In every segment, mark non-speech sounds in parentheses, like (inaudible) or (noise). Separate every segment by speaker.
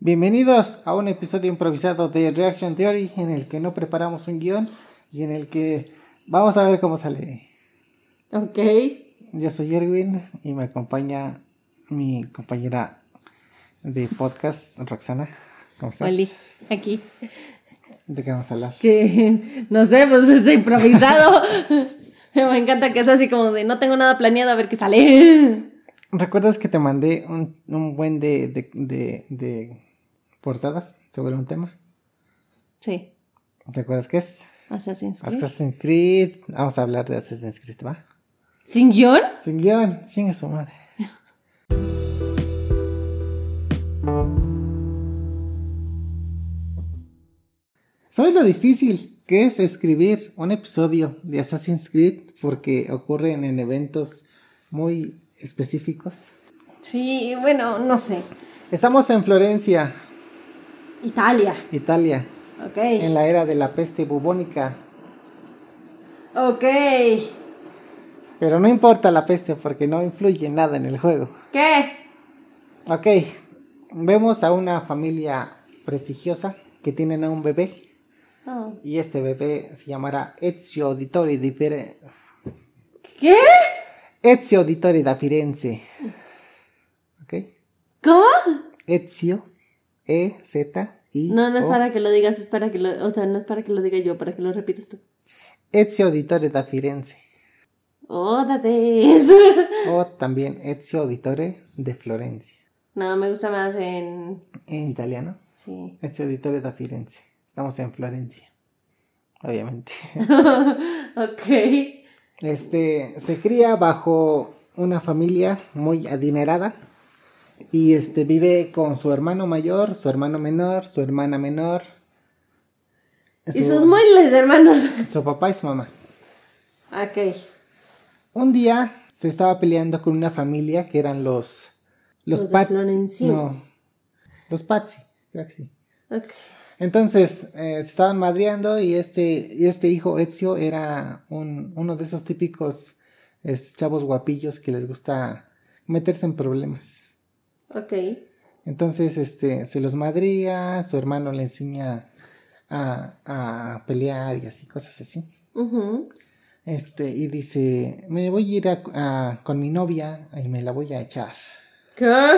Speaker 1: Bienvenidos a un episodio improvisado de Reaction Theory en el que no preparamos un guión y en el que vamos a ver cómo sale.
Speaker 2: Ok.
Speaker 1: Yo soy Erwin y me acompaña mi compañera de podcast, Roxana. ¿Cómo estás?
Speaker 2: Oli, aquí.
Speaker 1: ¿De qué vamos a hablar?
Speaker 2: Que no sé, pues es improvisado. (laughs) Me encanta que es así como de no tengo nada planeado a ver qué sale.
Speaker 1: ¿Recuerdas que te mandé un, un buen de, de, de- de portadas sobre un tema?
Speaker 2: (laughs) Sí,
Speaker 1: ¿Te acuerdas qué es?
Speaker 2: Assassin's Creed.
Speaker 1: Assassin's Creed. Vamos a hablar de Assassin's Creed, ¿va?
Speaker 2: ¿Sin guión?
Speaker 1: Sin guión, chingue su madre. ¿Sabes lo difícil que es escribir un episodio de Assassin's Creed? Porque ocurren en eventos muy específicos.
Speaker 2: Sí, bueno, no sé.
Speaker 1: Estamos en Florencia,
Speaker 2: Italia.
Speaker 1: Italia,
Speaker 2: Ok.
Speaker 1: en la era de la peste bubónica.
Speaker 2: Ok.
Speaker 1: Pero no importa la peste porque no influye nada en el juego.
Speaker 2: ¿Qué?
Speaker 1: Ok, vemos a una familia prestigiosa que tienen a un bebé
Speaker 2: Oh,
Speaker 1: Y este bebé se llamará Ezio Auditori di Firenze.
Speaker 2: ¿Qué?
Speaker 1: Ezio Auditori da Firenze. ¿Ok?
Speaker 2: ¿Cómo?
Speaker 1: Ezio, E, Z, I.
Speaker 2: No, no es
Speaker 1: O.
Speaker 2: para que lo digas, es para que lo. O sea, no es para que lo diga yo, para que lo repitas tú.
Speaker 1: Ezio Auditori da Firenze.
Speaker 2: Oh, date.
Speaker 1: O también Ezio Auditore de Florencia.
Speaker 2: (laughs) no, me gusta más en.
Speaker 1: En italiano.
Speaker 2: Sí.
Speaker 1: Ezio Auditore da Firenze. Estamos en Florencia. Obviamente.
Speaker 2: ok.
Speaker 1: Este se cría bajo una familia muy adinerada y este vive con su hermano mayor, su hermano menor, su hermana menor,
Speaker 2: Y
Speaker 1: su-
Speaker 2: sus muebles, hermanos.
Speaker 1: su papá y su mamá.
Speaker 2: Ah, Ok.
Speaker 1: Un día se estaba peleando con una familia que eran los los,
Speaker 2: Los de
Speaker 1: Pat-
Speaker 2: florencinos.
Speaker 1: no, los Patsy, creo que sí.
Speaker 2: Ok.
Speaker 1: Entonces, eh, se estaban madreando y este, y este hijo Ezio era un- uno de esos típicos es, chavos guapillos que les gusta meterse en problemas.
Speaker 2: Ok.
Speaker 1: Entonces, este, se los madría, su hermano le enseña a, a pelear y así, cosas así.
Speaker 2: Ujú.
Speaker 1: Este, y dice, me voy a ir a- a- con mi novia y me la voy a echar.
Speaker 2: ¿Qué?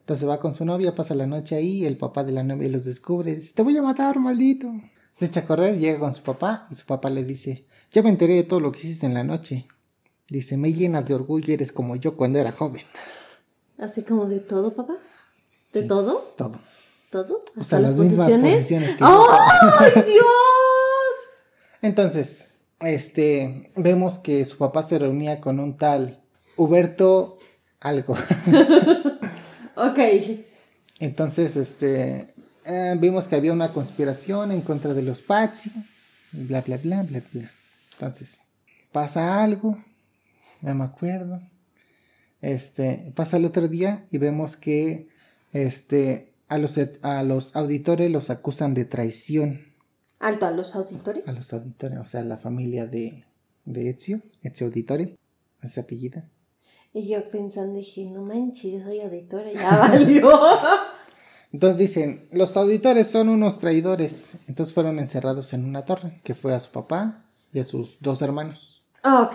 Speaker 1: Entonces va con su novia, pasa la noche ahí, el papá de la novia los descubre, dice, te voy a matar, maldito. Se echa a correr, llega con su papá y su papá le dice, ya me enteré de todo lo que hiciste en la noche. Dice, me llenas de orgullo, eres como yo cuando era joven.
Speaker 2: Así como de todo, papá. ¿De
Speaker 1: Sí.
Speaker 2: todo?
Speaker 1: Todo.
Speaker 2: ¿Todo?
Speaker 1: O sea, las, mismas posiciones, ¡Ah! que yo.
Speaker 2: ¡Ay, Dios!
Speaker 1: Entonces, este, vemos que su papá se reunía con un tal Huberto algo. (laughs)
Speaker 2: Ok.
Speaker 1: Entonces, este, eh, vimos que había una conspiración en contra de los Patsy, bla, bla, bla, bla, bla. Entonces, pasa algo, no me acuerdo. Este, pasa el otro día y vemos que, este, a los, a los auditores los acusan de traición.
Speaker 2: Alto a los auditores.
Speaker 1: A los auditores, o sea, la familia de, de Ezio, Ezio Auditore, ese apellido.
Speaker 2: Y yo pensando, dije, no manches, yo soy auditora, ya valió. (laughs)
Speaker 1: Entonces dicen, los auditores son unos traidores. Entonces fueron encerrados en una torre, que fue a su papá y a sus dos hermanos.
Speaker 2: ok.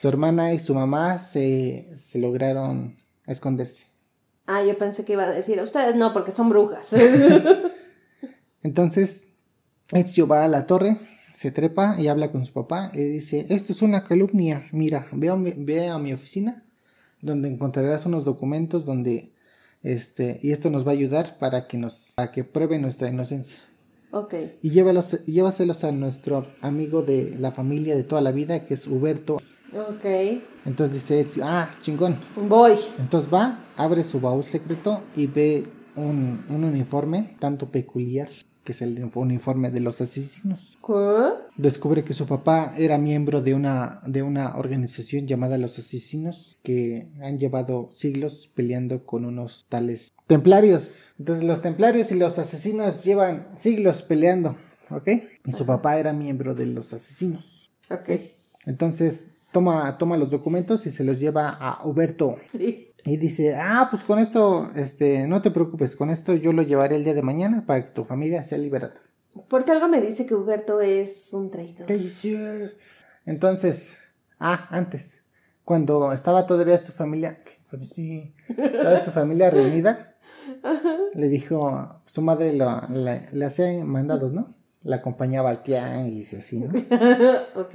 Speaker 1: Su hermana y su mamá se, se lograron esconderse.
Speaker 2: Ah, yo pensé que iba a decir, ustedes no, porque son brujas. (laughs)
Speaker 1: Entonces, Ezio va a la torre, se trepa y habla con su papá y dice, esto es una calumnia, mira, ve a mi, ve a mi oficina donde encontrarás unos documentos donde, este, y esto nos va a ayudar para que nos, para que pruebe nuestra inocencia.
Speaker 2: ok.
Speaker 1: y llévalos, y llévaselos a nuestro amigo de la familia de toda la vida, que es Huberto.
Speaker 2: Ok.
Speaker 1: Entonces dice Ezio, ah, chingón.
Speaker 2: Voy.
Speaker 1: Entonces va, abre su baúl secreto y ve un, un uniforme tanto peculiar, que es el uniforme de los asesinos.
Speaker 2: ¿Qué?
Speaker 1: Descubre que su papá era miembro de una, de una organización llamada Los Asesinos, que han llevado siglos peleando con unos tales templarios. Entonces los templarios y los asesinos llevan siglos peleando, ¿ok? Y su papá era miembro de los asesinos.
Speaker 2: Ok.
Speaker 1: Entonces toma, toma los documentos y se los lleva a Huberto.
Speaker 2: Sí.
Speaker 1: Y dice, ah, pues con esto, este, no te preocupes, con esto yo lo llevaré el día de mañana para que tu familia sea liberada.
Speaker 2: Porque algo me dice que Huberto es
Speaker 1: (laughs)
Speaker 2: un traidor.
Speaker 1: Cállese. Entonces, ah, antes, cuando estaba todavía su familia, pues sí, toda su familia reunida, le dijo, su madre lo- la- le hacía mandados, ¿no? La acompañaba al tianguis y así, ¿no?
Speaker 2: ok.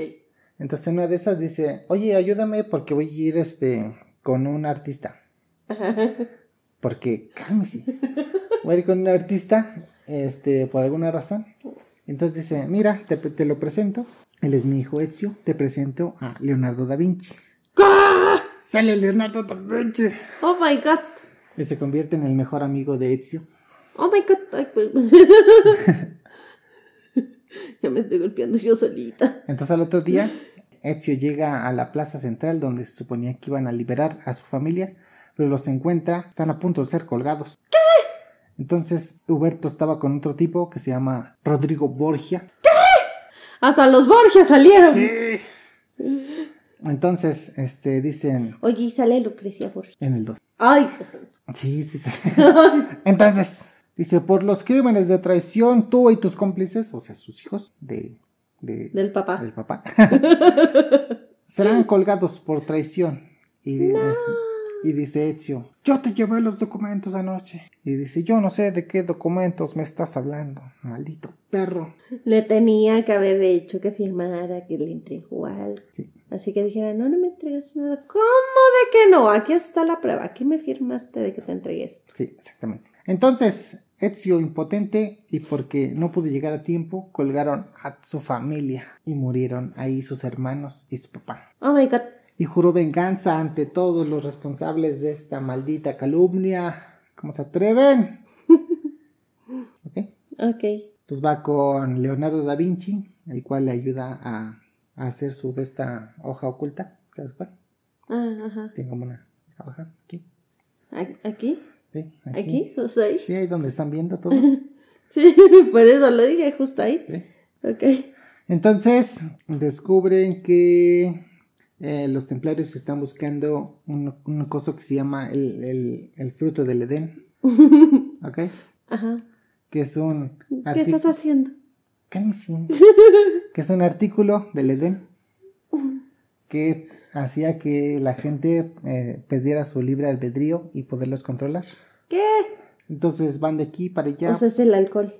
Speaker 1: Entonces en una de esas dice, oye, ayúdame porque voy a ir, este, con un artista. Porque, cálmese. Voy a ir con un artista, este, por alguna razón. Entonces dice, mira, te, te lo presento. Él es mi hijo Ezio. Te presento a Leonardo da Vinci. ¡Sale Leonardo da Vinci!
Speaker 2: Oh my god.
Speaker 1: Y se convierte en el mejor amigo de Ezio.
Speaker 2: Oh my god. Ay, pues. (laughs) ya me estoy golpeando yo solita.
Speaker 1: Entonces al otro día, Ezio llega a la plaza central donde se suponía que iban a liberar a su familia, pero los encuentra, están a punto de ser colgados. Entonces, Huberto estaba con otro tipo que se llama Rodrigo Borgia.
Speaker 2: Hasta los Borgia salieron.
Speaker 1: Entonces, este, dicen
Speaker 2: Oye, y sale Lucrecia Borgia.
Speaker 1: en el 2.
Speaker 2: Ay, Dios santo.
Speaker 1: Sí, sí, sí. Entonces, dice, por los crímenes de traición, tú y tus cómplices, o sea, sus hijos de- de,
Speaker 2: del papá.
Speaker 1: del papá. Serán colgados por traición. Y, es- y dice Ezio, yo te llevé los documentos anoche. Y dice, yo no sé de qué documentos me estás hablando, maldito perro.
Speaker 2: Le tenía que haber hecho que firmara, que le entregó algo.
Speaker 1: Sí.
Speaker 2: Así que dijera, no, no me entregaste nada. ¿Cómo de que no? Aquí está la prueba. Aquí me firmaste de que te entregues.
Speaker 1: Sí, exactamente. Entonces, Ezio impotente y porque no pudo llegar a tiempo, colgaron a su familia y murieron ahí sus hermanos y su papá.
Speaker 2: Oh my god.
Speaker 1: Y juró venganza ante todos los responsables de esta maldita calumnia. ¿Cómo se atreven? ¿Ok?
Speaker 2: Ok.
Speaker 1: Entonces va con Leonardo da Vinci, el cual le ayuda a, a hacer su de esta hoja oculta. ¿Sabes cuál?
Speaker 2: Ah, ajá.
Speaker 1: Tiene como una hoja aquí.
Speaker 2: ¿A- ¿Aquí?
Speaker 1: Sí, aquí.
Speaker 2: ¿Aquí? ¿Justo ahí?
Speaker 1: Sí, ahí donde están viendo todo.
Speaker 2: Sí, (laughs) por eso lo dije, justo ahí.
Speaker 1: Sí.
Speaker 2: Ok.
Speaker 1: Entonces descubren que eh, los templarios están buscando un, un coso que se llama el, el- el fruto del Edén. ¿Ok?
Speaker 2: Ajá.
Speaker 1: Que es un
Speaker 2: ¿Qué estás
Speaker 1: artículo.
Speaker 2: haciendo? (laughs)
Speaker 1: Cálmese. que es un artículo del Edén que hacía que la gente eh, perdiera su libre albedrío y poderlos controlar.
Speaker 2: ¿Qué?
Speaker 1: Entonces van de aquí para allá.
Speaker 2: O sea, es el alcohol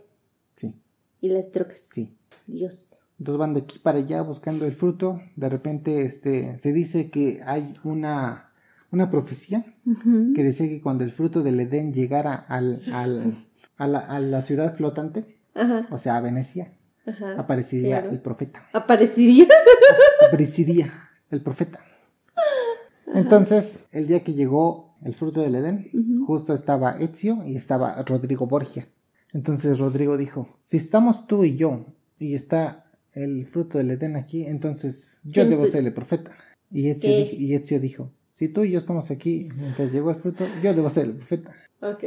Speaker 1: sí,
Speaker 2: y las drogas.
Speaker 1: sí.
Speaker 2: Dios.
Speaker 1: Entonces van de aquí para allá buscando el fruto. De repente este, se dice que hay una, una profecía
Speaker 2: Ujú.
Speaker 1: que decía que cuando el fruto del Edén llegara al, al- a, la, a la ciudad flotante,
Speaker 2: Ajá.
Speaker 1: o sea, a Venecia,
Speaker 2: Ajá.
Speaker 1: aparecería
Speaker 2: Ah, claro.
Speaker 1: el profeta.
Speaker 2: Aparecería.
Speaker 1: Aparecería el profeta. Entonces, el día que llegó el fruto del Edén,
Speaker 2: Ujú.
Speaker 1: justo estaba Ezio y estaba Rodrigo Borgia. Entonces Rodrigo dijo, si estamos tú y yo y está el fruto del Edén aquí, entonces yo
Speaker 2: ¿Quién
Speaker 1: debo
Speaker 2: estoy?
Speaker 1: ser el profeta. Y Ezio,
Speaker 2: ¿Qué?
Speaker 1: dij- y Ezio dijo, si tú y yo estamos aquí mientras llegó el fruto, yo debo ser el profeta.
Speaker 2: Ok.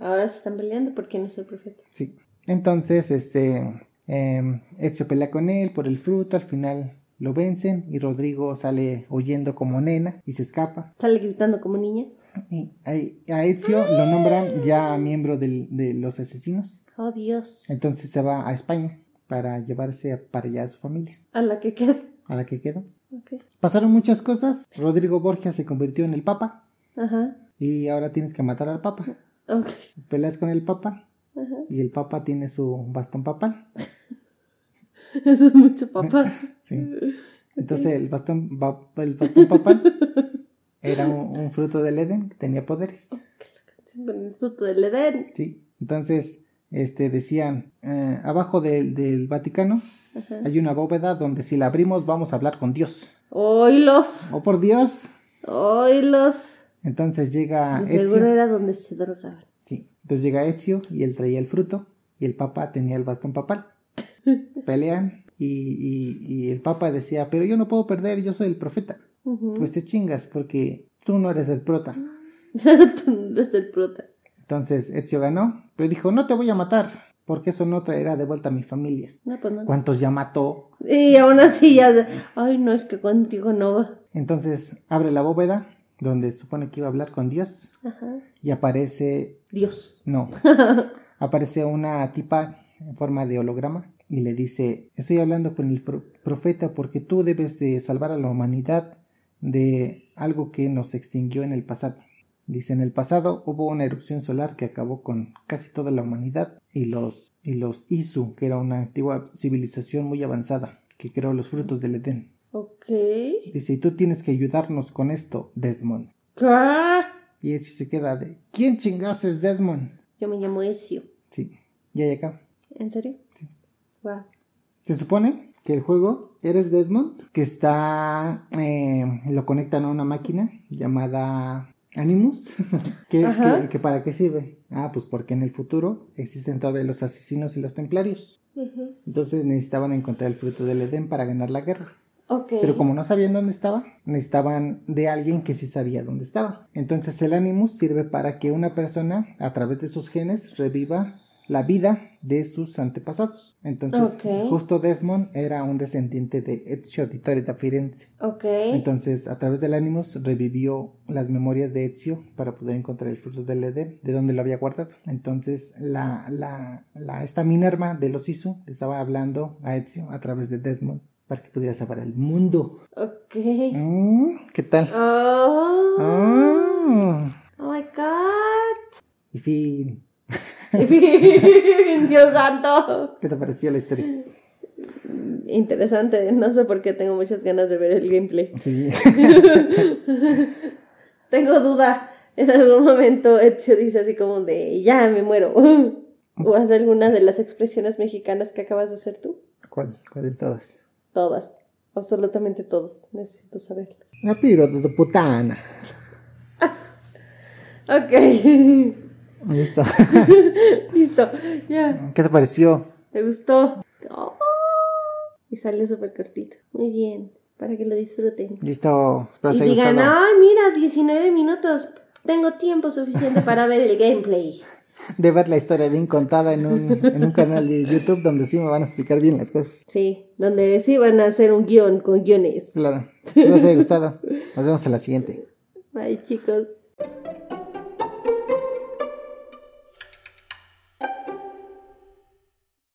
Speaker 2: Ahora se están peleando por quién es el profeta.
Speaker 1: Sí. Entonces, este, eh, Ezio pelea con él por el fruto, al final lo vencen y Rodrigo sale huyendo como nena y se escapa.
Speaker 2: Sale gritando como niña.
Speaker 1: Y a, a Ezio lo nombran ya miembro del- de los asesinos.
Speaker 2: Oh, Dios.
Speaker 1: Entonces se va a España para llevarse para allá a su familia,
Speaker 2: A la que queda.
Speaker 1: a la que quedó.
Speaker 2: Ok.
Speaker 1: Pasaron muchas cosas. Rodrigo Borgia se convirtió en el papa
Speaker 2: Ajá.
Speaker 1: y ahora tienes que matar al papa.
Speaker 2: Ok. (laughs)
Speaker 1: Peleas con el papa
Speaker 2: Ajá.
Speaker 1: y el papa tiene su bastón papal.
Speaker 2: Eso es mucho (laughs) papá.
Speaker 1: Sí. Entonces el bastón, va- el bastón papal
Speaker 2: (laughs)
Speaker 1: era un, un fruto del Edén que tenía poderes.
Speaker 2: Con el fruto del Edén.
Speaker 1: Sí. Entonces este, decían, eh, abajo del, del Vaticano
Speaker 2: Ajá.
Speaker 1: hay una bóveda donde si la abrimos vamos a hablar con Dios.
Speaker 2: Oílos.
Speaker 1: ¡Oh, por Dios!
Speaker 2: Oílos.
Speaker 1: Entonces llega
Speaker 2: De Pues, seguro
Speaker 1: Ezio.
Speaker 2: era donde se drogaban.
Speaker 1: Sí. Entonces llega Ezio y él traía el fruto y el papa tenía el bastón
Speaker 2: (laughs)
Speaker 1: papal. Pelean y, y- y el papa decía, pero yo no puedo perder, yo soy el profeta.
Speaker 2: Ujú.
Speaker 1: Pues te chingas porque tú no eres el prota.
Speaker 2: (laughs) Tú no eres el prota.
Speaker 1: Entonces Ezio ganó, pero dijo, no te voy a matar, porque eso no traerá de vuelta a mi familia.
Speaker 2: No, pues no.
Speaker 1: ¿Cuántos ya mató?
Speaker 2: Y aún así ya. Ay, no, es que contigo no va.
Speaker 1: Entonces abre la bóveda donde se supone que iba a hablar con Dios
Speaker 2: Ajá.
Speaker 1: y aparece,
Speaker 2: Dios. (laughs)
Speaker 1: no, aparece una tipa en forma de holograma y le dice, estoy hablando con el fro- profeta porque tú debes de salvar a la humanidad de algo que nos extinguió en el pasado. Dice, en el pasado hubo una erupción solar que acabó con casi toda la humanidad y los, y los Isu, que era una antigua civilización muy avanzada, que creó los frutos del Edén.
Speaker 2: Ok.
Speaker 1: Dice, y tú tienes que ayudarnos con esto, Desmond.
Speaker 2: ¿Qué?
Speaker 1: Y él sí se queda de, ¿quién chingados es Desmond?
Speaker 2: Yo me llamo Ezio.
Speaker 1: Sí, ya ahí acaba.
Speaker 2: ¿En serio?
Speaker 1: Sí.
Speaker 2: Wow.
Speaker 1: Se supone que el juego eres Desmond, que está. eh, lo conectan a una máquina llamada Animus. (laughs) ¿Qué,
Speaker 2: Ajá.
Speaker 1: qué- qué para qué sirve? Ah, pues porque en el futuro existen todavía los asesinos y los templarios.
Speaker 2: Ujú.
Speaker 1: Entonces necesitaban encontrar el fruto del Edén para ganar la guerra.
Speaker 2: Ok.
Speaker 1: Pero como no sabían dónde estaba, necesitaban de alguien que sí sabía dónde estaba. Entonces el Animus sirve para que una persona, a través de sus genes, reviva la vida de sus antepasados. Entonces,
Speaker 2: Ok.
Speaker 1: justo Desmond era un descendiente de Ezio Auditore da Firenze.
Speaker 2: Ok.
Speaker 1: Entonces, a través del Animus revivió las memorias de Ezio para poder encontrar el fruto del Edén, de donde lo había guardado. Entonces, la, la, la, esta Minerva de los Isu estaba hablando a Ezio a través de Desmond para que pudiera salvar el mundo.
Speaker 2: Ok.
Speaker 1: Mm, ¿Qué tal?
Speaker 2: Oh.
Speaker 1: Ah,
Speaker 2: Oh my god. (laughs)
Speaker 1: y fin.
Speaker 2: Dios santo.
Speaker 1: ¿Qué te pareció la historia?
Speaker 2: Interesante. No sé por qué tengo muchas ganas de ver el gameplay.
Speaker 1: Sí. (laughs)
Speaker 2: (laughs) Tengo duda. En algún momento Ezio dice así como de ya me muero. (laughs) ¿O hace alguna de las expresiones mexicanas que acabas de hacer tú?
Speaker 1: ¿Cuál? ¿Cuál de todas?
Speaker 2: Todas. Absolutamente todas. Necesito saberlo.
Speaker 1: La pirota de putana.
Speaker 2: Ok. (laughs)
Speaker 1: Listo. (laughs)
Speaker 2: Listo. Ya.
Speaker 1: ¿Qué te pareció?
Speaker 2: Me gustó. Oh. Y sale súper cortito. Muy bien. Para que lo disfruten.
Speaker 1: Listo. Espero os
Speaker 2: y
Speaker 1: haya
Speaker 2: digan,
Speaker 1: gustado.
Speaker 2: ay, mira, 19 minutos. Tengo tiempo suficiente para ver el gameplay.
Speaker 1: De ver la historia bien contada en un, en un canal de YouTube donde sí me van a explicar bien las cosas.
Speaker 2: Sí, donde sí van a hacer un guión con guiones.
Speaker 1: Claro. Espero os haya gustado. Nos vemos en la siguiente.
Speaker 2: Bye, chicos.